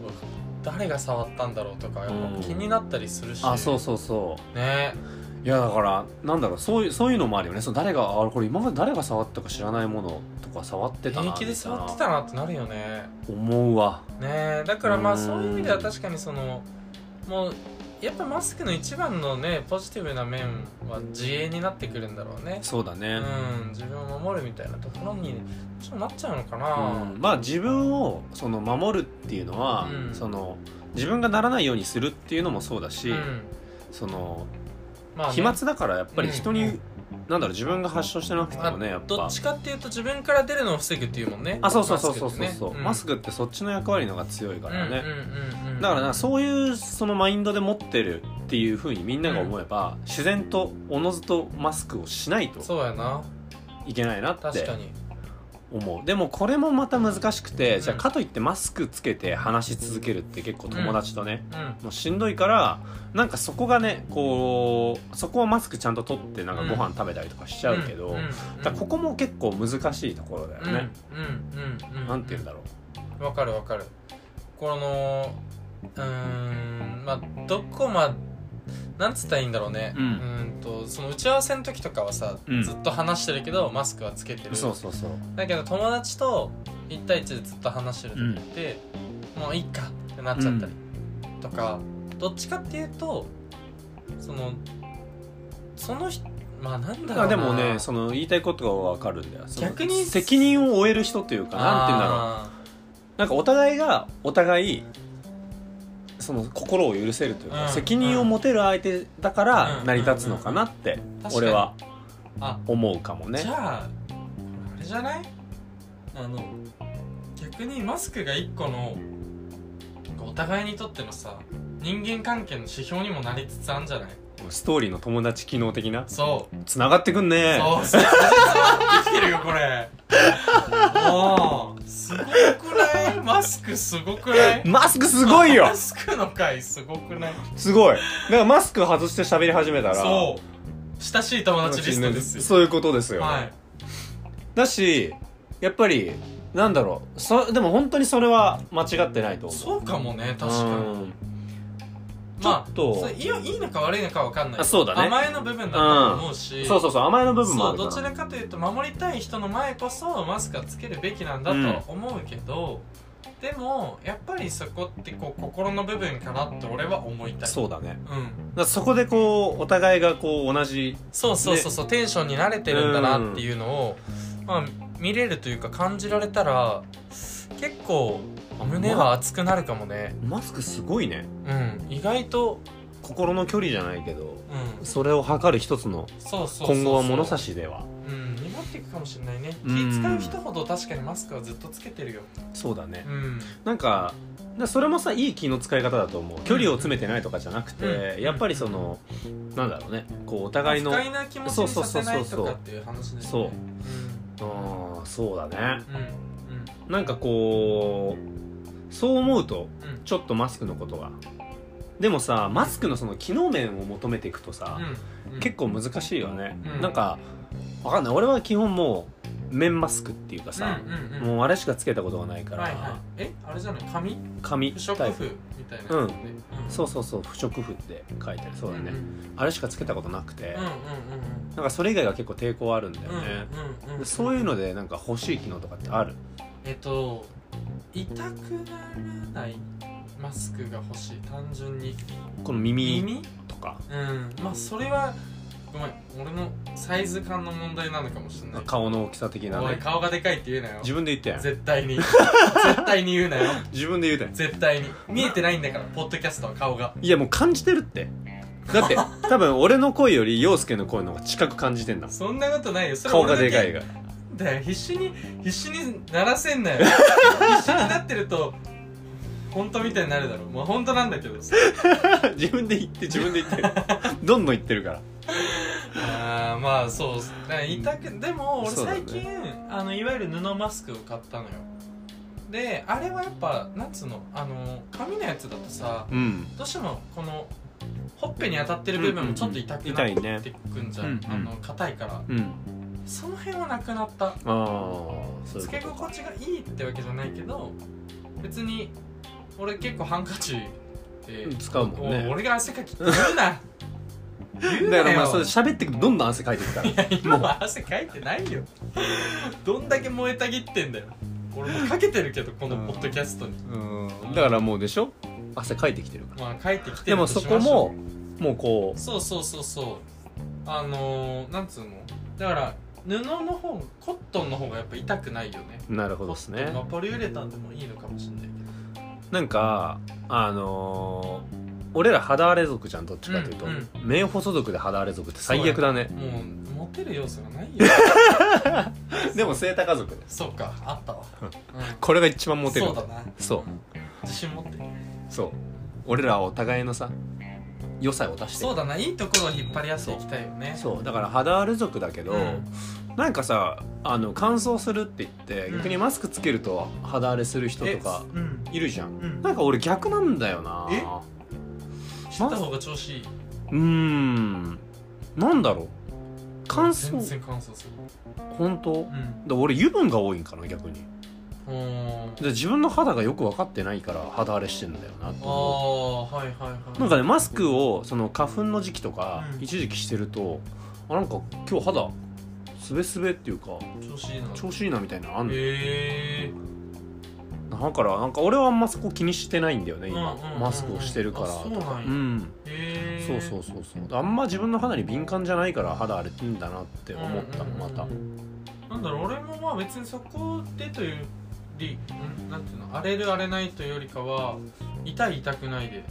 Speaker 1: 誰が触ったんだろうとかやっぱ気になったりするし、
Speaker 2: あそうそうそう
Speaker 1: ね
Speaker 2: ういやだからなんだろうそういうそういうのもあるよねそう誰があこれ今まで誰が触ったか知らないものとか触ってたな
Speaker 1: 平気で触ってたなってなるよね
Speaker 2: 思うわ
Speaker 1: ねえだからまあ
Speaker 2: うん
Speaker 1: そういう意味では確かにそのもうやっぱマスクの一番のねポジティブな面は自衛になってくるんだろうね
Speaker 2: そうだ
Speaker 1: う
Speaker 2: ね、
Speaker 1: ん自分を守るみたいなところにちょっとなっちゃうのか
Speaker 2: うん
Speaker 1: な
Speaker 2: まあ自分をその守るっていうのは、
Speaker 1: うん
Speaker 2: その自分がならないようにするっていうのもそうだし、
Speaker 1: うん
Speaker 2: その
Speaker 1: まあね
Speaker 2: 飛沫だからやっぱり人に、
Speaker 1: うん
Speaker 2: なんだろう自分が発症してなくてもねやっ
Speaker 1: ど
Speaker 2: ぱ
Speaker 1: っちかっていうと自分から出るのを防ぐっていうもんね
Speaker 2: あそうそうそうそうそうそうマ
Speaker 1: マス
Speaker 2: ス
Speaker 1: ク
Speaker 2: クってそっちの役割のが強いか
Speaker 1: だ
Speaker 2: らね、
Speaker 1: ね
Speaker 2: だからなそういうそのマインドで持ってるっていうふうにみんなが思えば、自然とおのずとマスクをしないと
Speaker 1: そうやない
Speaker 2: けないなっ
Speaker 1: 確
Speaker 2: て
Speaker 1: かに
Speaker 2: 思うでもこれもまた難しくて、
Speaker 1: うん
Speaker 2: じゃあかといってマスクつけて話し続けるって結構友達とね、
Speaker 1: うん
Speaker 2: もうしんどいからなんかそこがねこうそこはマスクちゃんと取ってなんかご飯食べたりとかしちゃうけど、
Speaker 1: んん
Speaker 2: だからここも結構難しいところだよね、
Speaker 1: うんうんうんうん
Speaker 2: なんて言うんだろう
Speaker 1: わかるわかるこのうーんまあどこまなんつったらいいんだろうね、
Speaker 2: うん
Speaker 1: ーんとその打ち合わせの時とかはさ、
Speaker 2: うん
Speaker 1: ずっと話してるけどマスクはつけてる
Speaker 2: そうそうそう
Speaker 1: だけど友達と1対1でずっと話してる時って、もういいかってなっちゃったりとか、どっちかっていうとそのその人まあなんだろうな
Speaker 2: あでもねその言いたいことがわかるんだよその
Speaker 1: 逆に
Speaker 2: 責任を負える人というかなんて言うんだろう
Speaker 1: あ
Speaker 2: なんかお互いがお互いその心を許せるというか、
Speaker 1: うん
Speaker 2: 責任を持てる相手だから
Speaker 1: うん
Speaker 2: 成り立つのかなって
Speaker 1: ー確かに
Speaker 2: 俺は
Speaker 1: あ
Speaker 2: 思うかもね
Speaker 1: じゃああれじゃないあの逆にマスクが一個のなんかお互いにとってのさ人間関係の指標にもなりつつあるんじゃない
Speaker 2: ストーリーの友達機能的な
Speaker 1: そう、
Speaker 2: つながってくんね
Speaker 1: そうそうそうそうきてるよこれもうすごくないマスクすごくない
Speaker 2: マスクすごいよ
Speaker 1: *laughs* マスクの回すごくない
Speaker 2: すごいだからマスク外して喋り始めたら
Speaker 1: そう親しい友達リストですよ
Speaker 2: そういうことですよ、
Speaker 1: はい
Speaker 2: だしやっぱりなんだろうそでも本当にそれは間違ってないと思う
Speaker 1: そうかもね確かに
Speaker 2: うん
Speaker 1: まあ
Speaker 2: ちょっと
Speaker 1: それいいよいいのか悪いのかわかんない
Speaker 2: あそうだね
Speaker 1: 甘えの部分だと思うし、
Speaker 2: そうそうそう甘えの部分も
Speaker 1: そ
Speaker 2: あ
Speaker 1: う
Speaker 2: るか
Speaker 1: ど
Speaker 2: ら
Speaker 1: ちらかというと守りたい人の前こそマスクはつけるべきなんだとは思うけど、でもやっぱりそこってこう心の部分かなって俺は思いたい
Speaker 2: そうだね
Speaker 1: うん、
Speaker 2: だからそこでこうお互いがこう同じ
Speaker 1: そうそうそうそうテンションに慣れてるんだなっていうのを、まあ、見れるというか感じられたら結構胸は熱くなるかもね、
Speaker 2: マスクすごいね
Speaker 1: うん、意外と、
Speaker 2: 心の距離じゃないけど
Speaker 1: うん、
Speaker 2: それを測る一つの
Speaker 1: そうそうそうそう
Speaker 2: 今後は物差しでは
Speaker 1: うん、になっていくかもしれないね気
Speaker 2: うん
Speaker 1: 使う人ほど確かにマスクはずっとつけてるよ
Speaker 2: そうだね
Speaker 1: うん
Speaker 2: なんかだからそれもさいい気の使い方だと思う距離を詰めてないとかじゃなくて、
Speaker 1: うん
Speaker 2: やっぱりそのなんだろうねこうお互いの
Speaker 1: 不快な気持ちにさせないとかっていう話ですね
Speaker 2: そう
Speaker 1: う
Speaker 2: うんそうだね
Speaker 1: んうん
Speaker 2: なんかこうそう思うと
Speaker 1: うんうん
Speaker 2: ちょっとマスクのことがでもさマスクのその機能面を求めていくとさ、
Speaker 1: うんうん
Speaker 2: 結構難しいよね、
Speaker 1: うん
Speaker 2: なんかわかんない俺は基本もう面マスクっていうかさ、
Speaker 1: うんうんうん
Speaker 2: もうあれしかつけたことがないから、
Speaker 1: はいはいえあれじゃない紙
Speaker 2: 紙
Speaker 1: 不織
Speaker 2: タイ
Speaker 1: 布
Speaker 2: プ
Speaker 1: みたいなやつねん
Speaker 2: そうそうそう不織布って書いてあるそうだね、
Speaker 1: ん
Speaker 2: あれしかつけたことなくて、
Speaker 1: うんうん
Speaker 2: なんかそれ以外が結構抵抗あるんだよ
Speaker 1: うんうん
Speaker 2: ね、
Speaker 1: うんうんう
Speaker 2: で
Speaker 1: ん
Speaker 2: そういうのでなんか欲しい機能とかってある
Speaker 1: えっと痛くならないマスクが欲しい単純に
Speaker 2: この耳
Speaker 1: 耳
Speaker 2: とか
Speaker 1: うんまあそれはごめん俺のサイズ感の問題なのかもしれない
Speaker 2: 顔の大きさ的な
Speaker 1: おい
Speaker 2: ね
Speaker 1: 顔がでかいって言うなよ
Speaker 2: 自分で言ったやん
Speaker 1: 絶対
Speaker 2: *laughs*
Speaker 1: に絶対に言うなよ
Speaker 2: 自分で言うたやん
Speaker 1: 絶対に見えてないんだからポッドキャストは顔が
Speaker 2: いやもう感じてるってだって *laughs* 多分俺の声より陽介の声の方が近く感じてん *laughs* だもん
Speaker 1: そんなことないよそれ
Speaker 2: 顔がでかい
Speaker 1: 俺だ
Speaker 2: が
Speaker 1: けだよ必死に必死に鳴らせんなよ必死になってると本当みたいになるだろうまあ本当なんだけどさ
Speaker 2: *laughs* 自分で言って自分で言ってるどんどん言ってるから
Speaker 1: あーまあそうだからいたけでも俺
Speaker 2: そうだね
Speaker 1: 最近、あのいわゆる布マスクを買ったのよであれはやっぱなんつうのあの紙のやつだとさ
Speaker 2: うん
Speaker 1: どうしてもこのほっぺに当たってる部分もちょっと痛くな
Speaker 2: 痛いね
Speaker 1: ってくんじゃん、
Speaker 2: うんうん
Speaker 1: あの硬いから
Speaker 2: うん
Speaker 1: その辺はなくなった
Speaker 2: ああそういう
Speaker 1: つけ
Speaker 2: こと
Speaker 1: 心地がいいってわけじゃないけど別に俺結構ハンカチで
Speaker 2: 使うもんね
Speaker 1: お俺が汗かきって言うな
Speaker 2: *laughs*
Speaker 1: 言うな
Speaker 2: だ
Speaker 1: よ
Speaker 2: からまあそれ喋ってくとどんどん汗かいてくから
Speaker 1: *laughs* 今は汗かいてないよどんだけ燃えたぎってんだよ俺もかけてるけどこのポッドキャストに
Speaker 2: うんだからもうでしょ汗かいてきてるから
Speaker 1: まあ帰ってきて
Speaker 2: で
Speaker 1: る
Speaker 2: も
Speaker 1: と
Speaker 2: そ
Speaker 1: し
Speaker 2: こ
Speaker 1: ましょ
Speaker 2: ももうこ
Speaker 1: うそうそうそうそうあのー、なんつうのだから布の方コットンの方がやっぱ痛くないよね
Speaker 2: うなるほどです
Speaker 1: コットンまあ
Speaker 2: ね
Speaker 1: ポリウレタンでもいいのかもしれない
Speaker 2: なんかあのー俺ら肌荒れ族じゃんどっちかというと、
Speaker 1: うん
Speaker 2: 面細族で肌荒れ族って最悪だね
Speaker 1: けどもうモテる要素がない
Speaker 2: *laughs*
Speaker 1: よ
Speaker 2: でもセータ家族で
Speaker 1: そうかあったわ、
Speaker 2: うん
Speaker 1: う
Speaker 2: これが一番
Speaker 1: ん
Speaker 2: モテる
Speaker 1: そうだな
Speaker 2: そう
Speaker 1: 自信持って
Speaker 2: そう俺らはお互いのさ良さを出して
Speaker 1: そうだないいところを引っ張り合っていきたいよね
Speaker 2: そうだから肌荒れ族だけど、
Speaker 1: うん
Speaker 2: なんかさあの乾燥するって言って逆にマスクつけると肌荒れする人とか
Speaker 1: えうん
Speaker 2: いるじゃん、
Speaker 1: うん
Speaker 2: なんか俺逆なんだよな
Speaker 1: え知った方が調子いいう
Speaker 2: ーんなんだろう乾
Speaker 1: 全
Speaker 2: 燥
Speaker 1: 然乾燥する
Speaker 2: 本当
Speaker 1: うん
Speaker 2: だ俺油分が多いんかな逆に
Speaker 1: うーん
Speaker 2: で自分の肌がよく分かってないから肌荒れしてんだよな
Speaker 1: あ
Speaker 2: と思う
Speaker 1: あはいはいはい
Speaker 2: なんかねマスクをその花粉の時期とか、
Speaker 1: うん
Speaker 2: 一時期してるとあなんか今日肌すべすべっていうか
Speaker 1: 調子いいな
Speaker 2: 調子いいなみたいなのあんの、
Speaker 1: へえ
Speaker 2: だからなんか俺はあんまそこ気にしてないんだよね今、
Speaker 1: うんうんうんうん
Speaker 2: マスクをしてるから
Speaker 1: あそう
Speaker 2: と
Speaker 1: なん
Speaker 2: か
Speaker 1: や
Speaker 2: うん
Speaker 1: へえ
Speaker 2: そうそうそうそうあんま自分の肌に敏感じゃないから肌荒れてんだなって思ったのまた、
Speaker 1: うんうんうんなんだろう俺もまあ別にそこでというよりんなんていうの荒れる荒れないというよりかは痛い痛くないで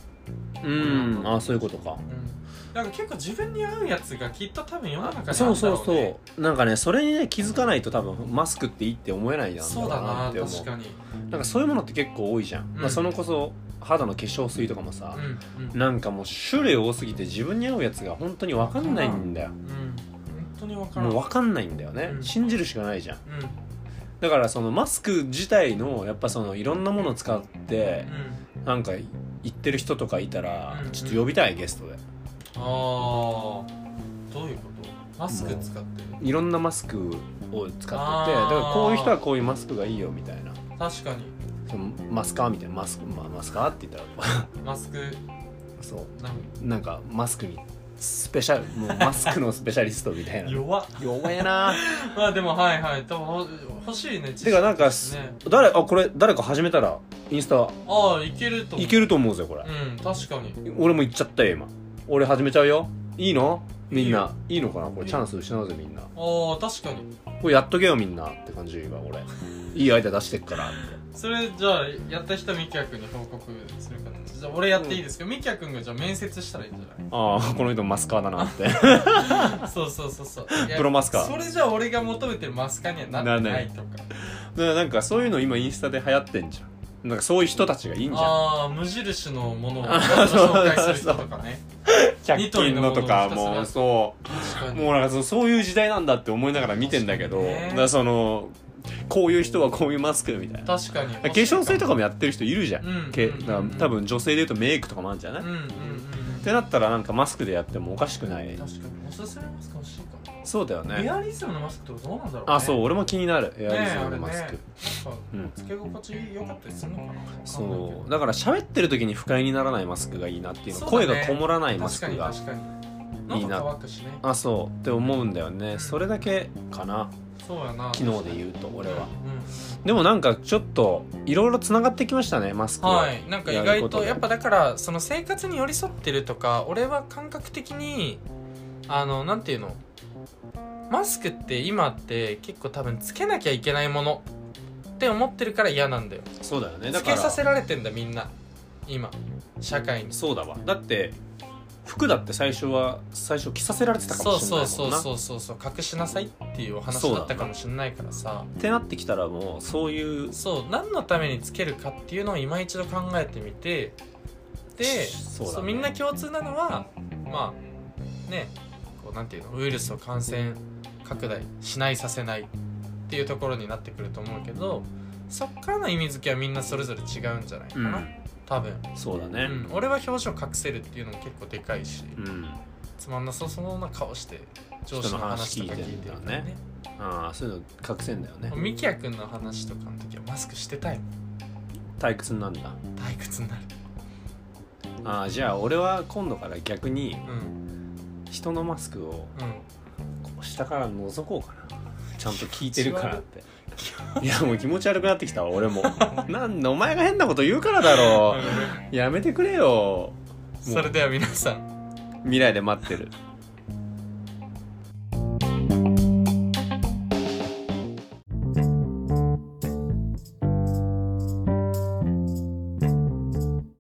Speaker 2: うん、あそういうことか
Speaker 1: うんなんか結構自分に合うやつがきっと多分世の中にあるんだろ
Speaker 2: そうう
Speaker 1: ね
Speaker 2: そうそうなんかねそれにね気づかないと多分マスクっていいって思えないなんだ
Speaker 1: そ
Speaker 2: ろ
Speaker 1: う
Speaker 2: う
Speaker 1: だ
Speaker 2: な
Speaker 1: な
Speaker 2: って思う
Speaker 1: 確かに
Speaker 2: なんかそういうものって結構多いじゃん、
Speaker 1: ん
Speaker 2: まあ、そのこそ肌の化粧水とかもさ
Speaker 1: う、んうん
Speaker 2: なんかもう種類多すぎて自分に合うやつが本当に分かんないんだよ
Speaker 1: うん本当に分から
Speaker 2: も
Speaker 1: ん
Speaker 2: う分かんないんだよね、
Speaker 1: うん
Speaker 2: 信じるしかないじゃん
Speaker 1: うんうん
Speaker 2: だからそのマスク自体のやっぱそのいろんなものを使ってなんか言ってる人とかいたら
Speaker 1: うんうん
Speaker 2: ちょっと呼びたいゲストで
Speaker 1: ああどういうことマスク使ってる
Speaker 2: いろんなマスクを使っててだ
Speaker 1: あー
Speaker 2: からこういう人はこういうマスクがいいよみたいな
Speaker 1: 確かに
Speaker 2: そのマスカーみたいなマスク、まあ、マスカーって言ったら
Speaker 1: マスク
Speaker 2: そ
Speaker 1: なん
Speaker 2: うなんかマスクにスペシャルもうマスクのスペシャリストみたいな
Speaker 1: 弱っ
Speaker 2: 弱えな
Speaker 1: まあでもはいはい多分ほ欲しいね知識
Speaker 2: *laughs* てかなんか、
Speaker 1: ね
Speaker 2: 誰あこれ誰か始めたらインスタ
Speaker 1: ああいけると思う
Speaker 2: いけると思うぜこれ、
Speaker 1: うん確かに
Speaker 2: 俺も行っちゃったよ今俺始めちゃうよいいのみん
Speaker 1: いい
Speaker 2: な
Speaker 1: よ
Speaker 2: いいのかなこ
Speaker 1: いいよ
Speaker 2: れチャンス失うぜみんな
Speaker 1: ああ確かに
Speaker 2: これやっとけよみんなって感じ今俺いいアイデア出してっからって
Speaker 1: それじゃあやった人みきやくんに報告する形じゃあ俺やっていいですけどみきやくんがじゃあ面接したらいいんじゃ
Speaker 2: ああこの人マスカーだなっ
Speaker 1: *laughs*
Speaker 2: て
Speaker 1: ないそうそうそうそういや
Speaker 2: プロマスカー
Speaker 1: それじゃあ俺が求めてるマスカにはなってないとか
Speaker 2: なんかそういうの今インスタで流行ってんじゃんなんかそういう人たちがいいんじゃん
Speaker 1: ああ無印のも
Speaker 2: *laughs*
Speaker 1: のを
Speaker 2: あそう
Speaker 1: 紹介する人とかね
Speaker 2: 100均のとか
Speaker 1: ニトリのものをひ
Speaker 2: もう
Speaker 1: たす
Speaker 2: そ
Speaker 1: 確か
Speaker 2: う
Speaker 1: に
Speaker 2: もうなんかそうそういう時代なんだって思いながら見てんだけど、
Speaker 1: 確かにね
Speaker 2: だからそのこういう人はこういうマスクみたいな
Speaker 1: 確かに
Speaker 2: 化粧水とかもやってる人いるじゃん、
Speaker 1: うん
Speaker 2: け
Speaker 1: うん
Speaker 2: だから多分女性で言うとメイクとかもあるんじゃない、
Speaker 1: うんうん
Speaker 2: っ
Speaker 1: うんうん
Speaker 2: てなったらなんかマスクでやってもおかしくない
Speaker 1: 確かにおすすめマスク欲しいか
Speaker 2: そうだよ
Speaker 1: な、エ
Speaker 2: ね
Speaker 1: アリズムのマスクとかどうなんだろう、ね、
Speaker 2: あそう
Speaker 1: う
Speaker 2: 俺も気になるエアリズムの
Speaker 1: ね
Speaker 2: マスク、
Speaker 1: な
Speaker 2: うん
Speaker 1: か
Speaker 2: ん
Speaker 1: つけ心地良かったりするのかな
Speaker 2: そう
Speaker 1: だ
Speaker 2: だから喋ってる時に不快にならないマスクがいいなっていうの
Speaker 1: そうだね
Speaker 2: 声がこもらないマ
Speaker 1: 確
Speaker 2: ス
Speaker 1: か
Speaker 2: ク
Speaker 1: に
Speaker 2: が
Speaker 1: 確かに
Speaker 2: いいな
Speaker 1: 喉乾くしね
Speaker 2: あそうって思うんだよねそれだけかな
Speaker 1: そうやな
Speaker 2: 昨日で
Speaker 1: う
Speaker 2: 言うと俺は
Speaker 1: う
Speaker 2: でもなんかちょっといろいろつながってきましたねマスク
Speaker 1: ん、
Speaker 2: は
Speaker 1: はいなんか意
Speaker 2: やる
Speaker 1: 外
Speaker 2: ことで
Speaker 1: やっぱだからその生活に寄り添ってるとか俺は感覚的にあのなんていうのマスクって今って結構多分つけなきゃいけないものって思ってるから嫌なんだよ
Speaker 2: そうだよねだ
Speaker 1: つ
Speaker 2: から
Speaker 1: けさせられてんだみんな今社会に
Speaker 2: そうだわだって服だって最初は最初着させられてたか
Speaker 1: そ
Speaker 2: も
Speaker 1: う
Speaker 2: しれな
Speaker 1: そ
Speaker 2: い
Speaker 1: そ
Speaker 2: うも
Speaker 1: う
Speaker 2: んな
Speaker 1: そうそうそう隠しなさいっていうお話
Speaker 2: そうだ
Speaker 1: だったかもしれないからさ
Speaker 2: ってなってきたらもうそういう
Speaker 1: そう何のためにつけるかっていうのを今一度考えてみてで
Speaker 2: そうだね
Speaker 1: そうみんな共通なのはまあねこうなんていうのウイルスを感染拡大しないさせないっていうところになってくると思うけどそっからの意味付けはみんなそれぞれ違うんじゃないか
Speaker 2: う
Speaker 1: な、
Speaker 2: ん
Speaker 1: 多分、
Speaker 2: そうだ
Speaker 1: う
Speaker 2: ね
Speaker 1: ん、俺は表情隠せるっていうのも結構でかいし、
Speaker 2: うん、
Speaker 1: つまんなさそうな顔して上司の話とか聞いてる
Speaker 2: 人の話聞いてん
Speaker 1: か
Speaker 2: だ
Speaker 1: ら
Speaker 2: よ
Speaker 1: ね
Speaker 2: ねああそういうの隠せんだよね
Speaker 1: みきやくんの話とかの時はマスクしてたいもん
Speaker 2: 退屈なんだ
Speaker 1: 退屈になる
Speaker 2: ああじゃあ俺は今度から逆に
Speaker 1: うん
Speaker 2: 人のマスクを
Speaker 1: うん
Speaker 2: こう下から覗こうかなちゃんと聞いてるからっていやもう気持ち悪くなってきたわ俺
Speaker 1: *laughs*
Speaker 2: もなんだお前が変なこと言うからだろうやめてくれよ
Speaker 1: それでは皆さん
Speaker 2: 未来で待ってる